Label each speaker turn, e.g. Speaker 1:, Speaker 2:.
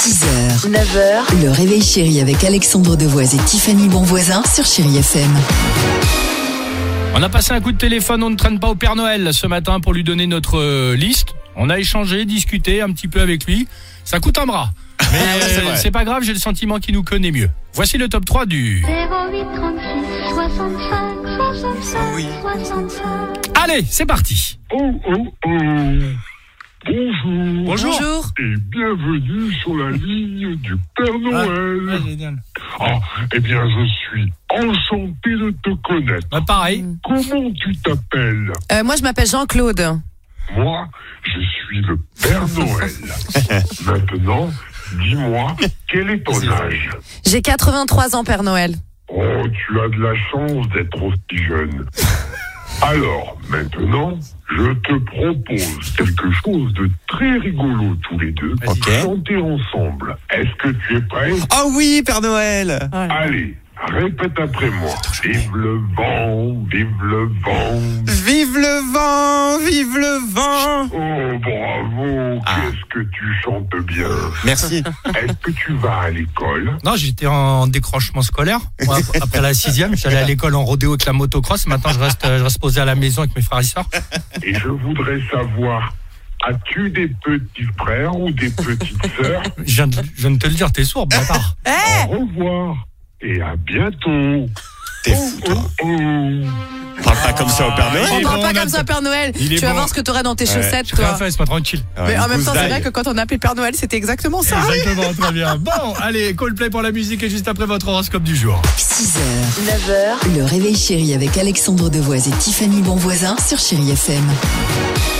Speaker 1: 6h, 9h, le réveil chéri avec Alexandre Devoise et Tiffany Bonvoisin sur Chéri FM.
Speaker 2: On a passé un coup de téléphone, on ne traîne pas au Père Noël ce matin pour lui donner notre euh, liste. On a échangé, discuté un petit peu avec lui. Ça coûte un bras. Mais
Speaker 3: Ah c'est
Speaker 2: euh,
Speaker 3: vrai.
Speaker 2: c'est pas grave, j'ai le sentiment qu'il nous connaît mieux. Voici le top 3 du...
Speaker 4: 08 36 65 65 65
Speaker 2: Allez, c'est parti Bonjour.
Speaker 5: et bienvenue sur la ligne du Père Noël. Ah, eh bien, je suis enchanté de te connaître.
Speaker 2: Bah, pareil.
Speaker 3: Mm.
Speaker 5: Comment tu t'appelles
Speaker 6: Euh, moi, je m'appelle Jean-Claude.
Speaker 5: Moi, je suis le Père Noël. Maintenant, dis-moi, quel est ton âge
Speaker 6: J'ai 83 ans, Père Noël.
Speaker 5: Oh, tu as de la chance d'être aussi jeune. Alors, maintenant, je te propose quelque chose de très rigolo tous les deux.
Speaker 3: Ok.
Speaker 5: Chanter ensemble. Est-ce que tu es prêt
Speaker 3: Ah oui, Père Noël
Speaker 5: Allez, répète après moi. Vive le vent, vive le vent.
Speaker 3: Vive le vent, vive le vent
Speaker 5: Oh, bravo,
Speaker 3: Ah.
Speaker 5: qu'est-ce que tu chantes bien.
Speaker 3: Merci.
Speaker 5: Est-ce que tu vas à l'école
Speaker 2: Non, j'étais en décrochement scolaire. Moi, ap- après la sixième, j'allais à l'école en rodéo avec la motocross. Maintenant, je reste, euh, je reste posé à la maison avec mes frères et sœurs.
Speaker 5: Et je voudrais savoir, as-tu des petits frères ou des petites sœurs
Speaker 2: Je viens de, je viens de te le dire, t'es sourd, bâtard.
Speaker 3: Eh.
Speaker 5: Au revoir et à bientôt.
Speaker 3: T'es fou, toi.
Speaker 5: Oh, oh.
Speaker 3: Parle pas comme ça au Père
Speaker 2: Il
Speaker 6: On
Speaker 2: est
Speaker 3: Noël.
Speaker 6: parle
Speaker 2: bon,
Speaker 6: pas
Speaker 2: on a-
Speaker 6: comme ça, Père Noël.
Speaker 2: Il est
Speaker 6: Tu vas
Speaker 2: bon.
Speaker 6: voir ce que t'auras dans tes chaussettes,
Speaker 2: J'ai rien
Speaker 6: toi.
Speaker 2: fait, c'est pas tranquille.
Speaker 6: Mais ah, en même temps, c'est
Speaker 3: Goose
Speaker 6: vrai
Speaker 3: die.
Speaker 6: que quand on a appelé Père Noël, c'était exactement ça.
Speaker 2: Exactement, très bien. Bon, allez, Coldplay pour la musique et juste après votre horoscope du jour.
Speaker 1: 6h, 9h, le réveil chéri avec Alexandre Devoise et Tiffany Bonvoisin sur Chéri FM.